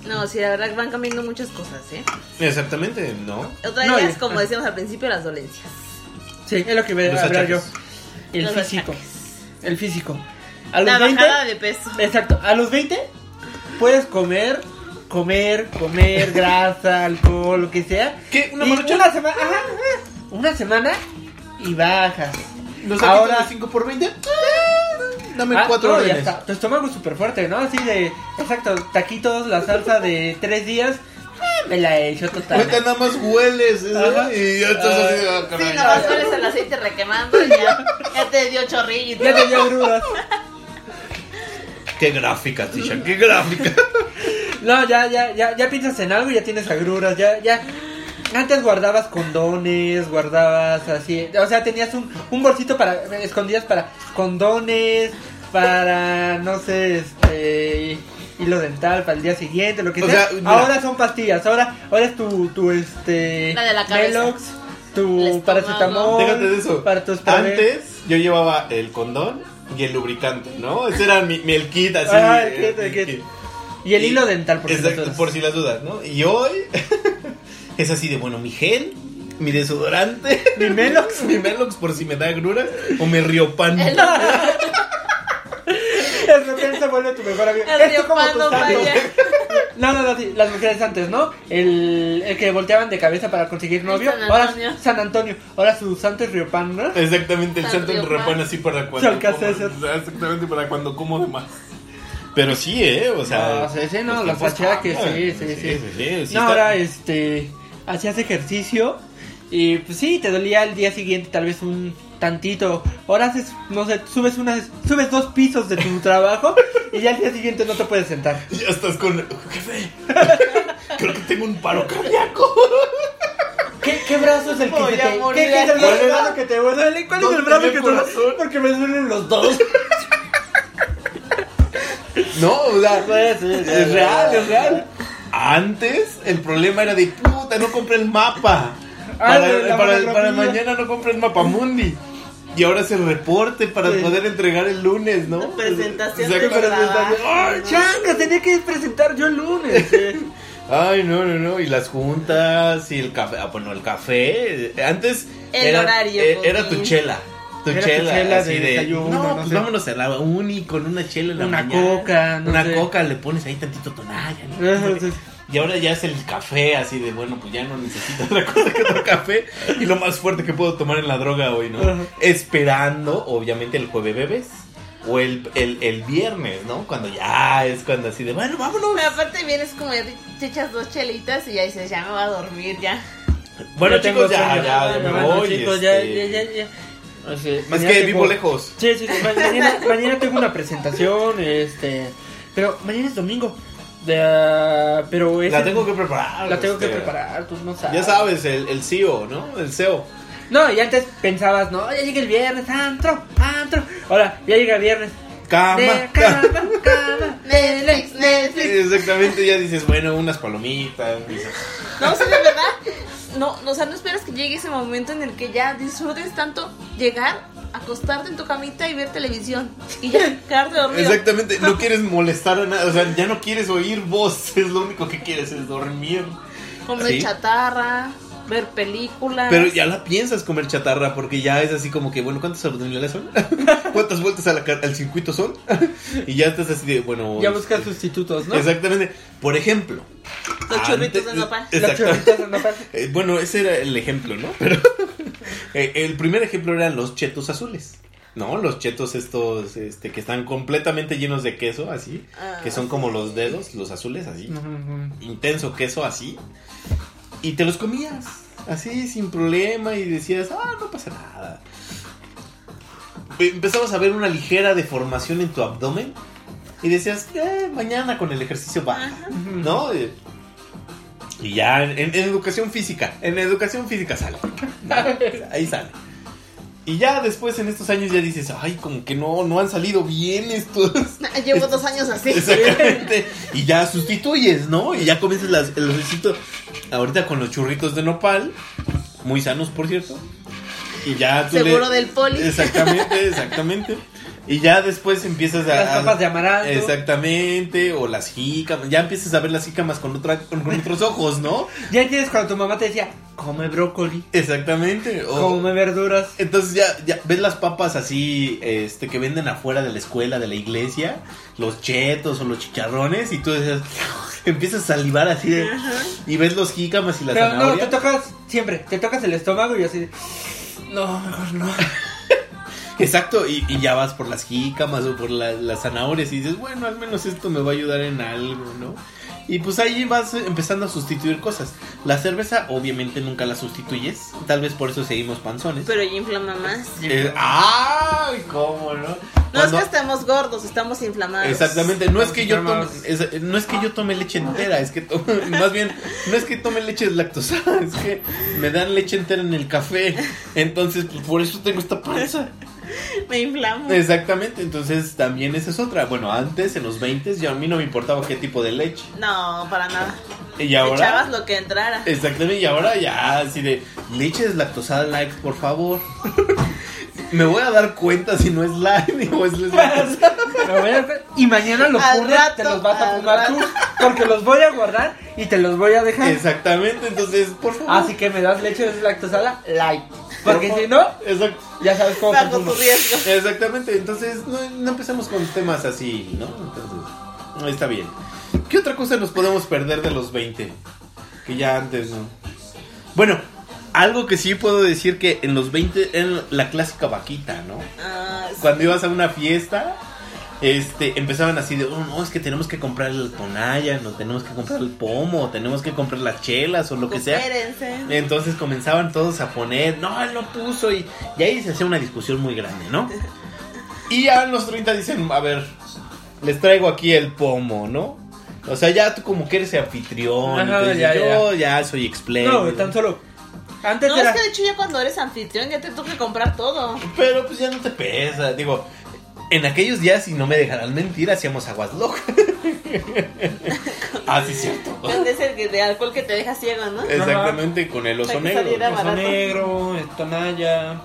[SPEAKER 4] No, sí, la verdad van cambiando muchas cosas, ¿eh?
[SPEAKER 2] Exactamente, ¿no?
[SPEAKER 4] Otra
[SPEAKER 3] No,
[SPEAKER 4] de ellas,
[SPEAKER 3] ya.
[SPEAKER 4] como decíamos al principio, las dolencias.
[SPEAKER 3] Sí, es lo que voy
[SPEAKER 2] Los
[SPEAKER 3] a hablar Eh, yo.
[SPEAKER 2] achaques.
[SPEAKER 3] El
[SPEAKER 4] Los
[SPEAKER 3] físico.
[SPEAKER 4] achaques.
[SPEAKER 3] El físico. A los
[SPEAKER 4] La
[SPEAKER 3] 20.
[SPEAKER 4] bajada de peso.
[SPEAKER 3] Exacto. A los 20 puedes comer, comer, comer, grasa, alcohol, lo que sea.
[SPEAKER 2] ¿Qué? ¿Una
[SPEAKER 3] Y
[SPEAKER 2] maruchan?
[SPEAKER 3] Una semana. Ajá, ajá. Una semana y bajas.
[SPEAKER 2] Los
[SPEAKER 3] Ahora-
[SPEAKER 2] Ahora 5 por 20. Dame
[SPEAKER 3] Ah,
[SPEAKER 2] 4
[SPEAKER 3] no, ya
[SPEAKER 2] órdenes.
[SPEAKER 3] está. Tu estómago es súper fuerte, ¿no? Así de, exacto, taquitos, la salsa de tres días, eh, me la he hecho total.
[SPEAKER 2] Ahorita nada más hueles ¿eh?
[SPEAKER 3] Ajá.
[SPEAKER 2] y ya estás
[SPEAKER 3] Ah.
[SPEAKER 2] así de, ah,
[SPEAKER 4] Sí,
[SPEAKER 2] caray.
[SPEAKER 4] nomás hueles el aceite requemando y ya, ya te dio chorrillo.
[SPEAKER 3] Ya tenía grudas.
[SPEAKER 2] Qué gráfica, Tisha, qué gráfica.
[SPEAKER 3] No, ya, ya, ya, ya piensas en algo y ya tienes agruras, ya, ya. Antes guardabas condones, guardabas así, o sea, tenías un, un bolsito para, escondidas para condones, para, no sé, este, hilo dental, para el día siguiente, lo que
[SPEAKER 2] O
[SPEAKER 3] sea.
[SPEAKER 2] sea, mira.
[SPEAKER 3] ahora son pastillas, ahora, ahora es tu, tu, este,
[SPEAKER 4] La de la cabeza.
[SPEAKER 3] Melox,
[SPEAKER 4] El
[SPEAKER 3] tu
[SPEAKER 4] estómago.
[SPEAKER 3] paracetamol,
[SPEAKER 2] Déjate de eso.
[SPEAKER 3] para tus
[SPEAKER 2] Antes yo llevaba el condón y el lubricante, ¿no? Ese era mi, mi el kit así.
[SPEAKER 3] Ah, el
[SPEAKER 2] eh,
[SPEAKER 3] kit, el kit. y el hilo dental, por
[SPEAKER 2] Exacto,
[SPEAKER 3] ejemplo.
[SPEAKER 2] por si las dudas, ¿no? Y hoy es así de, bueno, mi gel, mi desodorante,
[SPEAKER 3] Mi Melox.
[SPEAKER 2] mi Melox por si me da agruras o me riopan.
[SPEAKER 4] El-
[SPEAKER 3] El repente se vuelve tu mejor amigo.
[SPEAKER 4] El
[SPEAKER 3] Esto es como
[SPEAKER 4] riopando,
[SPEAKER 3] tus tacos.
[SPEAKER 4] vaya.
[SPEAKER 3] No, no, no, sí, las mujeres antes, ¿no? El, el que volteaban de cabeza para conseguir novio.
[SPEAKER 4] San
[SPEAKER 3] ahora
[SPEAKER 4] Antonio.
[SPEAKER 3] San Antonio. Ahora su santo es Riopan, ¿no?
[SPEAKER 2] Exactamente, el
[SPEAKER 4] Tan
[SPEAKER 2] santo en
[SPEAKER 4] riojano.
[SPEAKER 2] repán así para cuando.
[SPEAKER 3] alcanza a
[SPEAKER 2] como-
[SPEAKER 3] hacer.
[SPEAKER 2] exactamente para cuando como de más. Pero sí, eh, o sea.
[SPEAKER 3] No, Ah, sí, sí, no,
[SPEAKER 2] los
[SPEAKER 3] la
[SPEAKER 2] tiempos
[SPEAKER 3] fachada que
[SPEAKER 2] cambian.
[SPEAKER 3] sí, sí, sí.
[SPEAKER 2] sí, sí,
[SPEAKER 3] no,
[SPEAKER 2] está-
[SPEAKER 3] ahora este. Hacías ejercicio. Y pues sí, te dolía el día siguiente, tal vez un tantito. Ahora haces, no sé, subes unas, subes dos pisos de tu trabajo y ya al día siguiente no te puedes sentar.
[SPEAKER 2] Ya estás con. Jefe, creo que tengo un paro cardíaco.
[SPEAKER 3] ¿Qué, qué brazo es el que
[SPEAKER 4] Voy
[SPEAKER 3] se
[SPEAKER 4] a
[SPEAKER 3] te
[SPEAKER 4] morir
[SPEAKER 3] ¿Qué, qué es el
[SPEAKER 2] aquí.
[SPEAKER 3] brazo que te duele? ¿Cuál es
[SPEAKER 2] ¿Dónde
[SPEAKER 3] el brazo que
[SPEAKER 2] tenía
[SPEAKER 3] te
[SPEAKER 2] el
[SPEAKER 3] duele?
[SPEAKER 2] corazón?
[SPEAKER 3] Porque me duelen los dos.
[SPEAKER 2] No, o sea.
[SPEAKER 3] Sí, sí, sí.
[SPEAKER 2] es real, es real. Antes el problema era de puta, no compré el mapa.
[SPEAKER 3] Ah,
[SPEAKER 2] Para,
[SPEAKER 3] de la
[SPEAKER 2] para-
[SPEAKER 3] monografía.
[SPEAKER 2] para mañana no compré el mapa mundi. Y ahora es el reporte para
[SPEAKER 3] Sí.
[SPEAKER 2] poder entregar el lunes, ¿no?
[SPEAKER 4] La presentación
[SPEAKER 2] Exacto,
[SPEAKER 4] del trabajo.
[SPEAKER 2] presentación. ¡Ay,
[SPEAKER 3] Changas, tenía que presentar yo el lunes. eh.
[SPEAKER 2] Ay, no, no, no. Y las juntas y el café. Ah, bueno, el café. eh, Antes.
[SPEAKER 4] El horario,
[SPEAKER 2] eh,
[SPEAKER 4] pues,
[SPEAKER 2] era tu
[SPEAKER 4] sí.
[SPEAKER 2] chela. Tu
[SPEAKER 3] Era tu
[SPEAKER 2] chela.
[SPEAKER 3] chela
[SPEAKER 2] así
[SPEAKER 3] de
[SPEAKER 2] de.
[SPEAKER 3] desayuno,
[SPEAKER 2] no,
[SPEAKER 3] no
[SPEAKER 2] pues
[SPEAKER 3] sé.
[SPEAKER 2] vámonos a la uni con una chela en la
[SPEAKER 3] Una
[SPEAKER 2] mañana.
[SPEAKER 3] coca, no
[SPEAKER 2] Una
[SPEAKER 3] sé.
[SPEAKER 2] coca, le pones ahí tantito tonalla. ¿no?
[SPEAKER 3] Ajá, sí.
[SPEAKER 2] Y ahora ya es el café, así de bueno, pues ya no necesito otra cosa que otro café. Y lo más fuerte que puedo tomar en la droga hoy, ¿no?
[SPEAKER 3] Ajá.
[SPEAKER 2] Esperando, obviamente, el jueves bebés. O el, el, el viernes, ¿no? Cuando ya es cuando así de bueno, vámonos.
[SPEAKER 4] Pero aparte vienes como ya te- te echas dos chelitas y ya dices, ya me voy a dormir, ya.
[SPEAKER 2] Bueno,
[SPEAKER 3] Yo tengo
[SPEAKER 2] chicos, ya,
[SPEAKER 3] sueño.
[SPEAKER 2] ya, ya me
[SPEAKER 3] Bueno,
[SPEAKER 2] voy.
[SPEAKER 3] chicos, ya,
[SPEAKER 2] este,
[SPEAKER 3] ya, ya, ya. O sea,
[SPEAKER 2] Es
[SPEAKER 3] mañana
[SPEAKER 2] que
[SPEAKER 3] tengo-
[SPEAKER 2] vivo lejos.
[SPEAKER 3] Sí, sí, sí, ma- mañana, mañana tengo una presentación, este. Pero mañana es domingo. De, ah, pero es
[SPEAKER 2] La
[SPEAKER 3] el-
[SPEAKER 2] tengo que preparar.
[SPEAKER 3] la tengo que
[SPEAKER 2] este,
[SPEAKER 3] preparar, tú no sabes.
[SPEAKER 2] Ya sabes, el, el CEO, ¿no? El E CEO.
[SPEAKER 3] No, y antes pensabas, no, ya llega el viernes, antro, antro. Ahora, ya llega el viernes.
[SPEAKER 2] Cama.
[SPEAKER 3] De cama, cama.
[SPEAKER 4] Netflix, Netflix.
[SPEAKER 2] Exactamente, ya dices, bueno, unas palomitas. dices,
[SPEAKER 4] No, o sea, de verdad, no, no, o sea, no esperas que llegue ese momento en el que ya disfrutes tanto llegar, acostarte en tu camita y ver televisión. Y ya, quedarte dormido.
[SPEAKER 2] Exactamente, no quieres molestar a nadie, o sea, ya no quieres oír voz, es lo único que quieres, es dormir.
[SPEAKER 4] Comer
[SPEAKER 2] Sí.
[SPEAKER 4] chatarra, ver películas.
[SPEAKER 2] Pero ya la piensas comer chatarra porque ya es así como que, bueno, ¿cuántas oportunidades son? ¿Cuántas vueltas a la car- al circuito son? y ya estás así de, bueno... este,
[SPEAKER 3] Ya buscas sustitutos, ¿no?
[SPEAKER 2] Exactamente. Por ejemplo,
[SPEAKER 4] Los churritos de
[SPEAKER 2] Antes-
[SPEAKER 4] nopal.
[SPEAKER 3] Los
[SPEAKER 2] Exacto.
[SPEAKER 3] churritos de nopal.
[SPEAKER 2] Eh, bueno, ese era el ejemplo, ¿no? Pero eh, el primer ejemplo eran los chetos azules. No, los chetos estos este, que están completamente llenos de queso, así,
[SPEAKER 4] Ah,
[SPEAKER 2] que son como los dedos, los azules, así,
[SPEAKER 3] Ujú.
[SPEAKER 2] intenso queso, así, y te los comías, así, sin problema, y decías, ah, no pasa nada. Ve- Empezabas a ver una ligera deformación en tu abdomen, y decías, eh, mañana con el ejercicio baja.
[SPEAKER 4] Ajá.
[SPEAKER 2] ¿no? Eh, Y ya en, en educación física, en educación física sale. ¿no? Ahí sale. Y ya después en estos años ya dices, ay, como que no, no han salido bien estos.
[SPEAKER 4] Ah, Llevo dos años así.
[SPEAKER 2] Exactamente. Y ya sustituyes, ¿no? Y ya comienzas las, el ejercicio ahorita con los churritos de nopal, muy sanos por cierto. Y ya tú le-
[SPEAKER 4] Seguro del poli.
[SPEAKER 2] Exactamente, exactamente. Y ya después empiezas a...
[SPEAKER 3] Las papas de amaranto.
[SPEAKER 2] Exactamente, o las jícamas. Ya empiezas a ver las jícamas con, otra, con, con otros ojos, ¿no?
[SPEAKER 3] Ya entiendes cuando tu mamá te decía, come brócoli,
[SPEAKER 2] Exactamente. o-
[SPEAKER 3] come verduras.
[SPEAKER 2] Entonces ya, ya ves las papas así este, que venden afuera de la escuela, de la iglesia, los chetos o los chicharrones, y tú dices, empiezas a salivar así de- y ves los jícamas y la
[SPEAKER 3] Pero no,
[SPEAKER 2] zanahoria.
[SPEAKER 3] te tocas siempre, te tocas el estómago y así. de, No, mejor no.
[SPEAKER 2] Exacto, y, y ya vas por las jícamas o por la- las zanahorias y dices, bueno, al menos esto me va a ayudar en algo, ¿no? Y pues ahí vas eh, empezando a sustituir cosas. La cerveza obviamente nunca la sustituyes, tal vez por eso seguimos panzones.
[SPEAKER 4] Pero ya inflama más.
[SPEAKER 2] Eh, ¡Ay! ¿Cómo no?
[SPEAKER 4] No es
[SPEAKER 2] Cuando-
[SPEAKER 4] que estemos gordos, estamos inflamados.
[SPEAKER 2] Exactamente, no es que yo tome,
[SPEAKER 3] Enfermos.
[SPEAKER 2] es- no es que yo tome leche entera, es que to- más bien no es que tome leche lactosada, es que me dan leche entera en el café, entonces pues, por eso tengo esta panza.
[SPEAKER 4] Me inflamo.
[SPEAKER 2] Exactamente, entonces también esa es otra. Bueno, antes en los 20 yo a mí no me importaba qué tipo de leche.
[SPEAKER 4] No, para nada.
[SPEAKER 2] Y ahora
[SPEAKER 4] Echabas lo que entrara.
[SPEAKER 2] Exactamente, y ahora ya así de leche deslactosada light, por favor. Me voy a dar cuenta si no es light o es deslactosada.
[SPEAKER 3] Me voy a- Y mañana los
[SPEAKER 4] Al
[SPEAKER 3] punes
[SPEAKER 4] rato,
[SPEAKER 3] te los vas a
[SPEAKER 4] al
[SPEAKER 3] fumar
[SPEAKER 4] rato.
[SPEAKER 3] tú, porque los voy a guardar y te los voy a dejar.
[SPEAKER 2] Exactamente, entonces, por favor.
[SPEAKER 3] Así que me das leche deslactosada, light. Ah, Porque
[SPEAKER 2] Por
[SPEAKER 3] si no,
[SPEAKER 2] favor. Exacto.
[SPEAKER 3] ya sabes cómo
[SPEAKER 4] Bajo
[SPEAKER 3] consumo.
[SPEAKER 4] tu riesgo.
[SPEAKER 2] Exactamente, entonces no, no empecemos con temas así, ¿no? Entonces, está bien. ¿Qué otra cosa nos podemos perder de los 20? Que ya antes, ¿no? Bueno, algo que sí puedo decir que en los 20 era la clásica vaquita, ¿no?
[SPEAKER 4] Ah, sí.
[SPEAKER 2] Cuando ibas a una fiesta, este, empezaban así de, "Oh, no, es que tenemos que comprar el tonalla, no tenemos que comprar el pomo, tenemos que comprar las chelas o lo que sea. Eh,
[SPEAKER 4] Coopérense.
[SPEAKER 2] Entonces comenzaban todos a poner, no, él no puso, y, y ahí se hacía una discusión muy grande, ¿no? Y ya en los 30 dicen, a ver, les traigo aquí el pomo, ¿no? O sea, ya tú como que eres anfitrión,
[SPEAKER 3] Ajá,
[SPEAKER 2] y te dices,
[SPEAKER 3] ya, ya.
[SPEAKER 2] yo ya, soy
[SPEAKER 3] No,
[SPEAKER 2] expléndido.
[SPEAKER 3] tan solo. Antes
[SPEAKER 4] No,
[SPEAKER 3] era.
[SPEAKER 4] es que de hecho ya cuando eres anfitrión ya te toca comprar todo.
[SPEAKER 2] Pero pues ya no te pesa, digo, en aquellos días, si no me dejarán mentir, hacíamos aguas locas. Así es cierto.
[SPEAKER 4] Es el que- de alcohol que te deja ciego, ¿no?
[SPEAKER 2] Eh. Exactamente, con el oso
[SPEAKER 4] Hay que
[SPEAKER 2] negro.
[SPEAKER 4] salir a
[SPEAKER 2] ¿no?
[SPEAKER 3] Oso
[SPEAKER 4] barato.
[SPEAKER 3] negro, estonalla.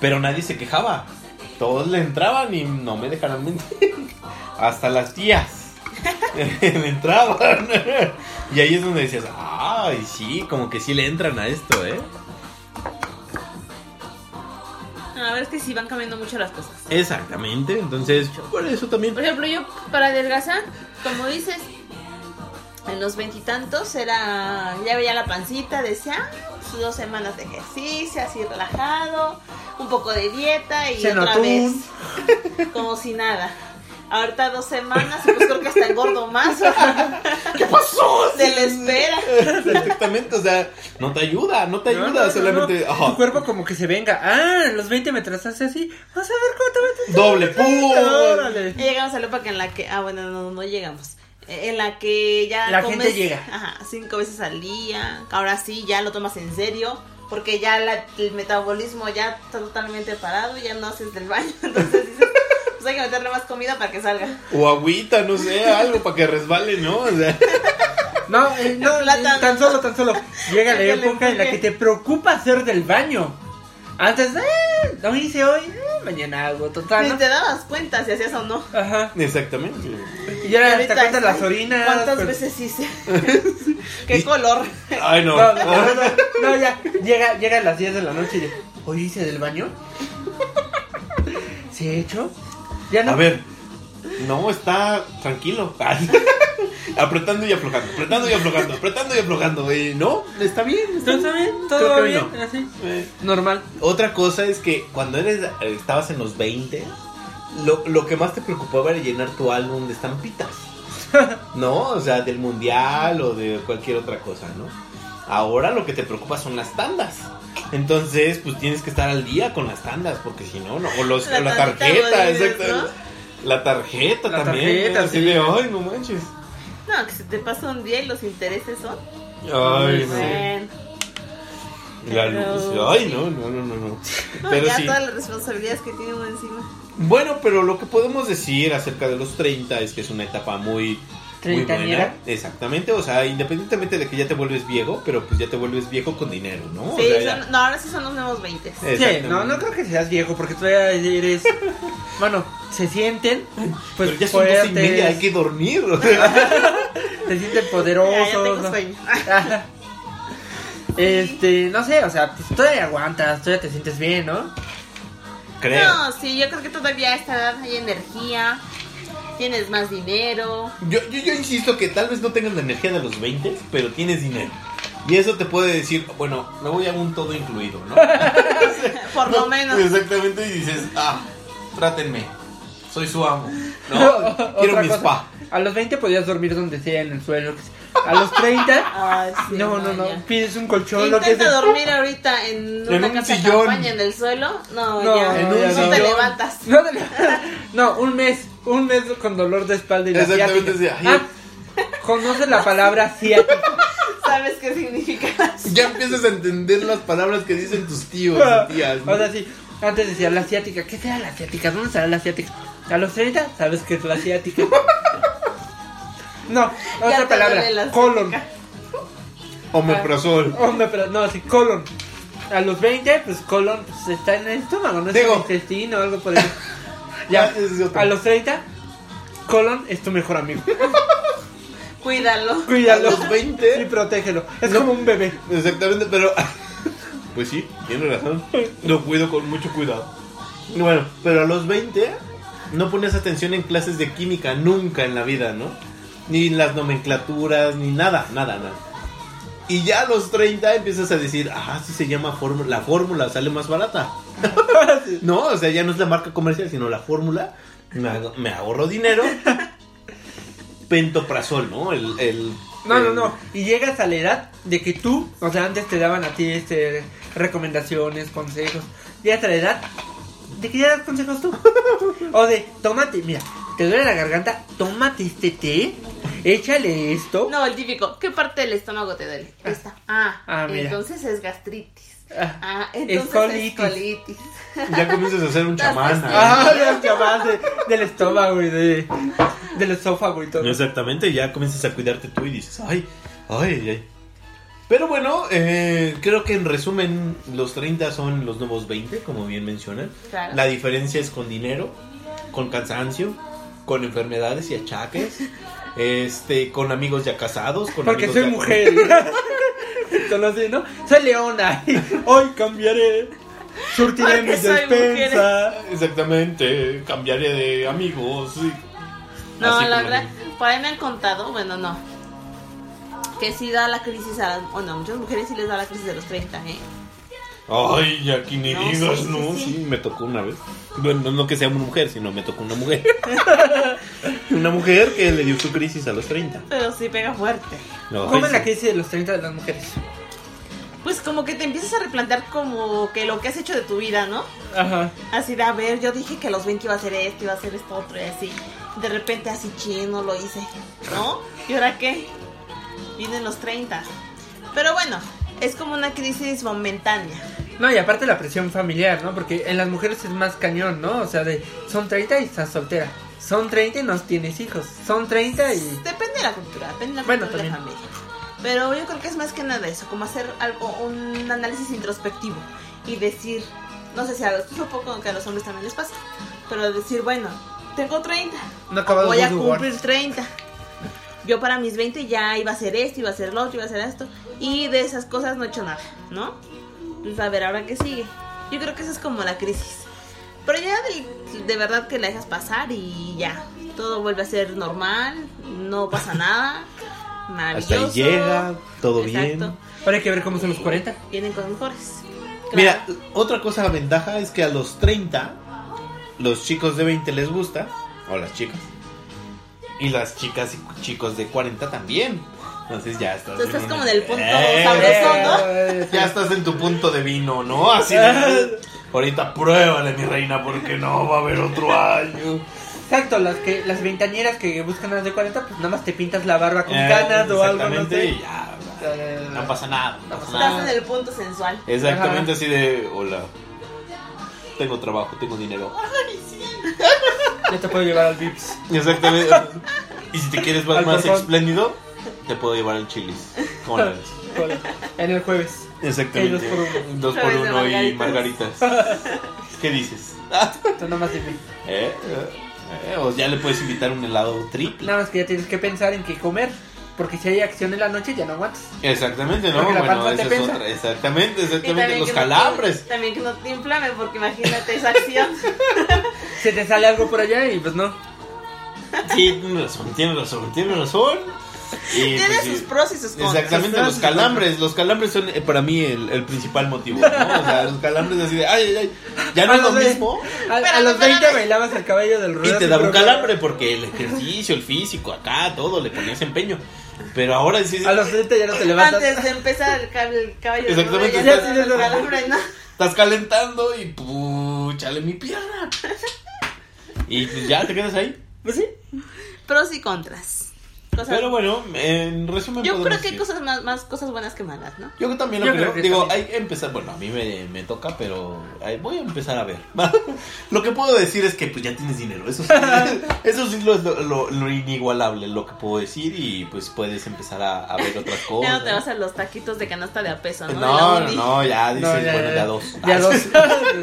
[SPEAKER 2] Pero nadie se quejaba. Todos le entraban y no me dejarán mentir. Hasta las tías. le entraban. y ahí es donde decías, ay, sí, como que sí le entran a esto, ¿eh?
[SPEAKER 4] A ver, es que sí van cambiando mucho las cosas.
[SPEAKER 2] Exactamente, entonces, por eso también.
[SPEAKER 4] Por ejemplo, yo para adelgazar, como dices, en los veintitantos era, ya veía la pancita, decía, "Ah, pues, dos semanas de ejercicio, así relajado, un poco de dieta y
[SPEAKER 3] Ceno
[SPEAKER 4] otra
[SPEAKER 3] atún.
[SPEAKER 4] vez, como si nada. Ahorita dos semanas, y pues creo que hasta engordo más.
[SPEAKER 2] ¿Qué pasó?
[SPEAKER 4] Se le espera.
[SPEAKER 2] Exactamente, o sea, no te ayuda, no te
[SPEAKER 3] No,
[SPEAKER 2] ayuda,
[SPEAKER 3] no, no,
[SPEAKER 2] solamente. ah,
[SPEAKER 3] no.
[SPEAKER 2] ajá,
[SPEAKER 3] Tu cuerpo como que se venga. Ah, en los 20 me trataste así. Vas a ver cómo te metes.
[SPEAKER 2] doble pum.
[SPEAKER 3] Órale.
[SPEAKER 4] Ya llegamos a la época en la que, ah, bueno, no, no llegamos. Eh, En la que ya
[SPEAKER 3] La gente llega.
[SPEAKER 4] Ajá, cinco veces al día. Ahora sí, ya lo tomas en serio. Porque ya la- el metabolismo ya está totalmente parado, ya no haces del baño. Entonces dices, pues hay que meterle más comida para que salga.
[SPEAKER 2] O agüita, no sé, algo para que resbale, ¿no? O sea,
[SPEAKER 3] No, eh, no, eh,
[SPEAKER 4] Plátano.
[SPEAKER 3] tan solo, tan solo. Llega la
[SPEAKER 4] Que le
[SPEAKER 3] época en la
[SPEAKER 4] empuje.
[SPEAKER 3] que te preocupa hacer del baño. Antes, eh, lo hice hoy, eh, mañana hago, total.
[SPEAKER 4] Ni
[SPEAKER 3] Ah, ¿no?
[SPEAKER 4] te dabas cuenta si hacías o no.
[SPEAKER 3] Ajá.
[SPEAKER 2] exactamente.
[SPEAKER 3] Y ya Ah, te
[SPEAKER 4] Ahorita,
[SPEAKER 3] cuentas las
[SPEAKER 4] ay,
[SPEAKER 3] orinas. Pues-
[SPEAKER 4] ¿Cuántas
[SPEAKER 3] pero-
[SPEAKER 4] veces hice? ¿Qué color?
[SPEAKER 2] Ay, no.
[SPEAKER 3] No, no, no, no, no, ya. Llega, llega a las 10 de la noche y ya, hoy hice del baño. ¿Se ha hecho? Ya no.
[SPEAKER 2] A ver, no, está tranquilo. Apretando y aflojando, apretando y aflojando, apretando y aflojando. Y no, está bien.
[SPEAKER 3] ¿Todo está bien?
[SPEAKER 2] Creo
[SPEAKER 3] ¿Todo
[SPEAKER 2] que
[SPEAKER 3] bien?
[SPEAKER 2] hoy no.
[SPEAKER 3] Así.
[SPEAKER 2] Eh,
[SPEAKER 3] Normal.
[SPEAKER 2] Otra cosa es que cuando eres estabas en los 20, lo, lo que más te preocupaba era llenar tu álbum de estampitas. ¿No? O sea, del mundial o de cualquier otra cosa, ¿no? Ahora lo que te preocupa son las tandas. Entonces, pues tienes que estar al día con las tandas, porque si no, no. O, los-
[SPEAKER 4] La
[SPEAKER 2] o la
[SPEAKER 4] tandita
[SPEAKER 2] tarjeta,
[SPEAKER 4] Godínez,
[SPEAKER 2] exacto. La tarjeta
[SPEAKER 3] La
[SPEAKER 2] también.
[SPEAKER 3] tarjeta,
[SPEAKER 2] así
[SPEAKER 3] sí.
[SPEAKER 2] de, ay, no manches.
[SPEAKER 4] No, que se te pasa un día y los intereses son.
[SPEAKER 3] Sí.
[SPEAKER 2] Ay, no.
[SPEAKER 4] Bueno,
[SPEAKER 2] La
[SPEAKER 4] Pero-
[SPEAKER 2] luz. Ay, no, no, no, no. no.
[SPEAKER 4] no,
[SPEAKER 2] Pero
[SPEAKER 4] ya
[SPEAKER 2] sí.
[SPEAKER 4] todas las responsabilidades que tiene uno encima.
[SPEAKER 2] Bueno, pero lo que podemos decir acerca de los 30 es que es una etapa muy, muy buena.
[SPEAKER 3] Treintañera.
[SPEAKER 2] Exactamente, o sea, independientemente de que ya te vuelves viejo, pero pues ya te vuelves viejo con dinero, ¿no? O
[SPEAKER 4] Sí,
[SPEAKER 2] sea,
[SPEAKER 4] son-
[SPEAKER 2] Uh, ya-
[SPEAKER 4] no, ahora sí son los nuevos 20.
[SPEAKER 3] Sí,
[SPEAKER 2] Exactamente.
[SPEAKER 3] no, no creo que seas viejo porque todavía eres. Bueno, se sienten. Pues
[SPEAKER 2] pero ya son dos y
[SPEAKER 3] fuertes,
[SPEAKER 2] media, hay que dormir. o sea.
[SPEAKER 3] Se sienten
[SPEAKER 4] Ya, ya
[SPEAKER 3] poderosos.
[SPEAKER 4] tengo
[SPEAKER 3] ¿no?
[SPEAKER 4] sueño.
[SPEAKER 3] Ajá. este, no sé, o sea, pues todavía aguantas, todavía te sientes bien, ¿no?
[SPEAKER 2] Creo.
[SPEAKER 4] No, sí, yo creo que todavía a esta edad hay energía, tienes más dinero.
[SPEAKER 2] Yo, yo, yo insisto que tal vez no tengas la energía de los 20, pero tienes dinero. Y eso te puede decir, bueno, me voy a un todo incluido, ¿no?
[SPEAKER 4] Por lo menos.
[SPEAKER 2] pues, Exactamente, y dices, ah, trátenme, soy su amo,
[SPEAKER 3] Otra
[SPEAKER 2] ¿no? Quiero mi
[SPEAKER 3] cosa,
[SPEAKER 2] spa.
[SPEAKER 3] A los 20 podías dormir donde sea, en el suelo. A los 30,
[SPEAKER 4] Ay, sí,
[SPEAKER 3] no, no, no,
[SPEAKER 4] ya.
[SPEAKER 3] pides un colchón, lo que
[SPEAKER 4] Intenta
[SPEAKER 3] sea.
[SPEAKER 4] dormir ahorita en una
[SPEAKER 2] un
[SPEAKER 4] casa
[SPEAKER 2] sillón.
[SPEAKER 4] de campaña en el suelo. No,
[SPEAKER 3] No,
[SPEAKER 4] ya,
[SPEAKER 2] en
[SPEAKER 4] no
[SPEAKER 2] un
[SPEAKER 4] te
[SPEAKER 2] sillón.
[SPEAKER 4] levantas.
[SPEAKER 3] No, te levantas. No, un mes, un mes con dolor de espalda y la
[SPEAKER 2] Exactamente,
[SPEAKER 3] ciática.
[SPEAKER 2] sí, ay,
[SPEAKER 3] Ah, conoces la palabra ciática.
[SPEAKER 4] ¿Sabes qué significa?
[SPEAKER 2] Ya empiezas a entender las palabras que dicen tus tíos y tías. ¿no?
[SPEAKER 3] O sea, sí, antes decía la asiática. ¿Qué será la asiática? ¿Dónde será la asiática? A los 30 sabes que es la asiática. No,
[SPEAKER 4] te
[SPEAKER 3] otra
[SPEAKER 4] duele la
[SPEAKER 3] palabra. Colon.
[SPEAKER 2] Omeprazol.
[SPEAKER 3] Hombre, pero no, sí, colon. A los 20, pues colon pues, está en el estómago, no es
[SPEAKER 2] Digo.
[SPEAKER 3] en el intestino o algo por eso. ya,
[SPEAKER 2] Ah, ese es otro.
[SPEAKER 3] a los 30, colon es tu mejor amigo.
[SPEAKER 4] Cuídalo.
[SPEAKER 2] A
[SPEAKER 3] Cuídalo
[SPEAKER 2] los
[SPEAKER 3] y
[SPEAKER 2] 20.
[SPEAKER 3] protégelo. Es
[SPEAKER 2] No.
[SPEAKER 3] como un bebé.
[SPEAKER 2] Exactamente, pero. Pues sí, tiene razón. Lo cuido con mucho cuidado. Bueno, pero a los 20 no pones atención en clases de química nunca en la vida, ¿no? Ni en las nomenclaturas, ni nada, nada, nada. Y ya a los 30 empiezas a decir, ah, sí se llama fórmula, la fórmula sale más barata. No, o sea, ya no es la marca comercial, sino la fórmula. Me, hago- me ahorro dinero. Pentoprazol, ¿no? El, el-
[SPEAKER 3] No, no,
[SPEAKER 2] el-
[SPEAKER 3] no. Eh, Y llegas a la edad de que tú, o sea, antes te daban a ti este recomendaciones, consejos. Llegas a la edad de que ya das consejos tú. O de, tómate, mira, te duele la garganta, tómate este té, échale esto.
[SPEAKER 4] No, el típico. ¿Qué parte del estómago te duele? Esta. Ah,
[SPEAKER 3] Ah, mira.
[SPEAKER 4] entonces es gastritis.
[SPEAKER 3] Ah,
[SPEAKER 4] Ah, entonces es colitis.
[SPEAKER 3] colitis.
[SPEAKER 2] Ya comienzas a ser un chamán.
[SPEAKER 3] Ah, los chamás de- del estómago y de, del esófago y todo.
[SPEAKER 2] Exactamente, ya comienzas a cuidarte tú y dices, ay, ay, ay. Pero bueno, eh, creo que en resumen, los 30 son los nuevos 20, como bien mencionan.
[SPEAKER 4] Claro.
[SPEAKER 2] La diferencia es con dinero, con cansancio, con enfermedades y achaques, este, con amigos ya casados, con
[SPEAKER 3] Porque
[SPEAKER 2] amigos
[SPEAKER 3] soy
[SPEAKER 2] ya-
[SPEAKER 3] mujer. Solo así, ¿no? Soy leona. y Hoy cambiaré. Surtiré
[SPEAKER 4] Porque
[SPEAKER 3] mi
[SPEAKER 4] soy
[SPEAKER 3] despensa.
[SPEAKER 2] Exactamente, cambiaré de amigos. sí.
[SPEAKER 4] No,
[SPEAKER 2] Así
[SPEAKER 4] la
[SPEAKER 2] como-
[SPEAKER 4] verdad, por ahí me han contado, bueno, no. Que sí da la crisis a las. Bueno, a muchas mujeres sí les da la crisis de los 30, ¿eh?
[SPEAKER 2] Ay, ya aquí ni
[SPEAKER 4] No,
[SPEAKER 2] digas,
[SPEAKER 4] sí, sí,
[SPEAKER 2] ¿no?
[SPEAKER 4] sí.
[SPEAKER 2] Sí, me tocó una vez. Bueno, no, no que sea una mujer, sino me tocó una mujer. una mujer que le dio su crisis a los 30.
[SPEAKER 4] Pero sí pega fuerte.
[SPEAKER 2] No,
[SPEAKER 3] ¿Cómo
[SPEAKER 2] ay,
[SPEAKER 3] es la
[SPEAKER 2] sí.
[SPEAKER 3] crisis de los 30 de las mujeres?
[SPEAKER 4] Pues como que te empiezas a replantear como que lo que has hecho de tu vida, ¿no?
[SPEAKER 3] Ajá.
[SPEAKER 4] Así de, a ver, yo dije que a los 20 iba a hacer esto, iba a hacer esto otro y así. De repente así chino lo hice, ¿no? ¿Y ahora qué? Vienen los 30. Pero bueno, es como una crisis momentánea.
[SPEAKER 3] No, y aparte la presión familiar, ¿no? Porque en las mujeres es más cañón, ¿no? O sea, de son 30 y estás soltera. Son 30 y no tienes hijos. Son 30 y.
[SPEAKER 4] Depende de la cultura, depende de la
[SPEAKER 3] Bueno,
[SPEAKER 4] cultura de la familia. Pero yo creo que es más que nada eso, como hacer algo, un análisis introspectivo y decir, no sé si a los, supongo que a los hombres también les pasa, pero decir, bueno, tengo 30,
[SPEAKER 3] No he acabado
[SPEAKER 4] voy a
[SPEAKER 3] Good Wars.
[SPEAKER 4] cumplir 30. Yo para mis 20 ya iba a hacer esto, iba a hacer lo otro, iba a hacer esto, y de esas cosas no he hecho nada, ¿no? Pues a ver, ahora qué sigue. Yo creo que esa es como la crisis. Pero ya de, de verdad que la dejas pasar y ya. todo vuelve a ser normal, no pasa nada,
[SPEAKER 2] Hasta
[SPEAKER 4] maravilloso.
[SPEAKER 2] ahí llega, todo bien.
[SPEAKER 4] Exacto.
[SPEAKER 3] Ahora hay que ver cómo son los 40.
[SPEAKER 4] Vienen con mejores. Claro.
[SPEAKER 2] Mira, otra cosa, la ventaja es que a los 30, los chicos de 20 les gusta, o las chicas, y las chicas y chicos de 40 también. Entonces ya estás.
[SPEAKER 4] Tú estás
[SPEAKER 2] en
[SPEAKER 4] como
[SPEAKER 2] una-
[SPEAKER 4] en el punto sabroso,
[SPEAKER 3] Eh,
[SPEAKER 2] Ya estás en tu punto de vino, ¿no? Así de, Ahorita pruébale, mi reina, porque no va a haber otro año.
[SPEAKER 3] Exacto, las que las veintañeras que buscan las de 40, pues nada más te pintas la barba con
[SPEAKER 2] Eh,
[SPEAKER 3] canas o algo, no
[SPEAKER 2] exactamente,
[SPEAKER 3] sé.
[SPEAKER 2] y ya,
[SPEAKER 3] Eh,
[SPEAKER 2] no pasa nada, no pasa
[SPEAKER 4] Estás
[SPEAKER 2] nada.
[SPEAKER 4] en el punto sensual.
[SPEAKER 3] Ajá.
[SPEAKER 2] Exactamente así de, hola, tengo trabajo, tengo dinero.
[SPEAKER 3] Ya te puedo llevar al Vips.
[SPEAKER 2] Exactamente. y si te quieres ver
[SPEAKER 3] Al
[SPEAKER 2] más
[SPEAKER 3] portón.
[SPEAKER 2] espléndido, te puedo llevar al chilis. ¿Cómo la ves?
[SPEAKER 3] En el jueves.
[SPEAKER 2] Exactamente.
[SPEAKER 3] Y dos por uno.
[SPEAKER 2] Dos por
[SPEAKER 4] Jueves de
[SPEAKER 2] uno y margaritas. ¿Qué dices?
[SPEAKER 3] Entonces, nada más de mí.
[SPEAKER 2] ¿Eh? ¿Eh? O ya le puedes invitar un helado triple.
[SPEAKER 3] Nada más que ya tienes que pensar en qué comer. Porque si hay acción en la noche, ya no aguantas.
[SPEAKER 2] Exactamente, ¿no?
[SPEAKER 3] Porque la
[SPEAKER 2] Bueno,
[SPEAKER 3] panza te
[SPEAKER 2] esa es
[SPEAKER 3] pesa.
[SPEAKER 2] otra. Exactamente,
[SPEAKER 4] Y también
[SPEAKER 2] exactamente. Los
[SPEAKER 4] que no te-
[SPEAKER 2] calambres.
[SPEAKER 4] también que no te inflame, porque imagínate esa acción.
[SPEAKER 3] Se te sale algo por allá y pues no.
[SPEAKER 2] Sí, tienes razón, tienes razón, tienes razón. Y,
[SPEAKER 4] Tiene
[SPEAKER 2] pues, sí.
[SPEAKER 4] sus pros y sus contras.
[SPEAKER 2] Exactamente, los calambres. Los calambres son eh, para mí el, el principal motivo, ¿no? O sea, los calambres así de, ay, ay, ay, ya no es lo
[SPEAKER 3] Ándale.
[SPEAKER 2] mismo.
[SPEAKER 3] A, a
[SPEAKER 4] Espérame,
[SPEAKER 3] los 20
[SPEAKER 4] espérame.
[SPEAKER 3] bailabas el cabello del
[SPEAKER 2] Y
[SPEAKER 3] ruedo.
[SPEAKER 2] te
[SPEAKER 3] sin
[SPEAKER 2] daba un
[SPEAKER 3] problema.
[SPEAKER 2] calambre porque el ejercicio, el físico, acá, todo, le ponías empeño. Pero ahora sí, sí,
[SPEAKER 3] A los 30 ya no te levantas.
[SPEAKER 4] Antes de empezar el, cab- el caballo de
[SPEAKER 2] Exactamente,
[SPEAKER 4] rodillas,
[SPEAKER 2] estás-
[SPEAKER 4] ya tienes los calambres, ¿no?
[SPEAKER 2] estás calentando y puchale mi pierna. Y pues ya te quedas ahí.
[SPEAKER 3] Pues sí.
[SPEAKER 4] Pros y contras. Cosas-
[SPEAKER 2] Pero bueno, en resumen,
[SPEAKER 4] yo
[SPEAKER 2] podemos
[SPEAKER 4] creo que hay
[SPEAKER 2] decir-
[SPEAKER 4] cosas más, más cosas buenas que malas, ¿no?
[SPEAKER 2] Yo también lo
[SPEAKER 3] Yo
[SPEAKER 2] creo.
[SPEAKER 3] creo que
[SPEAKER 2] Digo,
[SPEAKER 3] también.
[SPEAKER 2] hay que empezar. Bueno, a mí me, me toca, pero ay, voy a empezar a ver. lo que puedo decir es que pues ya tienes dinero. Eso sí, eso sí lo, lo, lo- lo inigualable, lo que puedo decir. Y pues puedes empezar a, a ver otras cosas.
[SPEAKER 4] Ya no te vas a los taquitos de canasta de a peso, ¿no? De la
[SPEAKER 2] Oh, eh. No, no,
[SPEAKER 4] uni.
[SPEAKER 2] no, ya Ah, dices,
[SPEAKER 3] No, ya,
[SPEAKER 2] bueno,
[SPEAKER 3] ya.
[SPEAKER 2] ya dos.
[SPEAKER 3] Ya
[SPEAKER 2] Ah,
[SPEAKER 3] dos.
[SPEAKER 2] sí.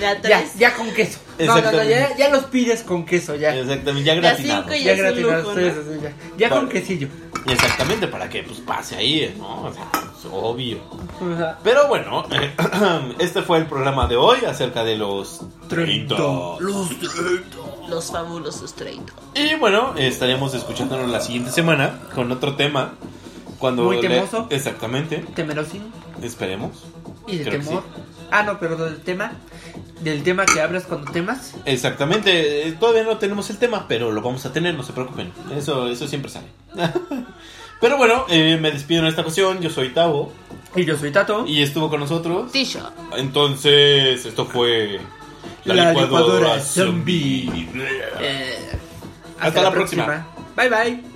[SPEAKER 3] ya, ya,
[SPEAKER 4] tres.
[SPEAKER 3] ya con queso. No, no, no, ya, ya los pides con queso, ya.
[SPEAKER 2] Exactamente, ya
[SPEAKER 4] Ya
[SPEAKER 2] gratinado.
[SPEAKER 4] cinco y-
[SPEAKER 3] Ya
[SPEAKER 4] es un
[SPEAKER 3] gratinados.
[SPEAKER 4] lujo,
[SPEAKER 3] sí,
[SPEAKER 4] ¿no?
[SPEAKER 3] sí, sí, ya ya
[SPEAKER 2] Vale.
[SPEAKER 3] con quesillo.
[SPEAKER 2] Exactamente, para que pues pase ahí, ¿no? O sea, es obvio.
[SPEAKER 3] O sea,
[SPEAKER 2] Pero bueno, este fue el programa de hoy acerca de los 30.
[SPEAKER 3] Treinta.
[SPEAKER 2] Los 30.
[SPEAKER 4] Los fabulosos 30.
[SPEAKER 2] Y bueno, estaremos escuchándonos la siguiente semana con otro tema. Cuando
[SPEAKER 3] Muy
[SPEAKER 2] le-
[SPEAKER 3] temoso.
[SPEAKER 2] Exactamente,
[SPEAKER 3] temerosín
[SPEAKER 2] esperemos.
[SPEAKER 3] y de
[SPEAKER 2] Creo que
[SPEAKER 3] temor. Ah, no, pero del tema. Del tema que hablas cuando temas.
[SPEAKER 2] Exactamente, eh, todavía no tenemos el tema, pero lo vamos a tener, no se preocupen. Eso, eso siempre sale. pero bueno, eh, me despido en esta ocasión. Yo soy Tavo
[SPEAKER 3] Y yo soy Tato.
[SPEAKER 2] y estuvo con nosotros.
[SPEAKER 4] T-shirt.
[SPEAKER 2] Entonces, esto fue
[SPEAKER 3] La licuadora zombie.
[SPEAKER 2] zombie.
[SPEAKER 3] Eh,
[SPEAKER 2] Hasta la próxima.
[SPEAKER 3] Bye bye.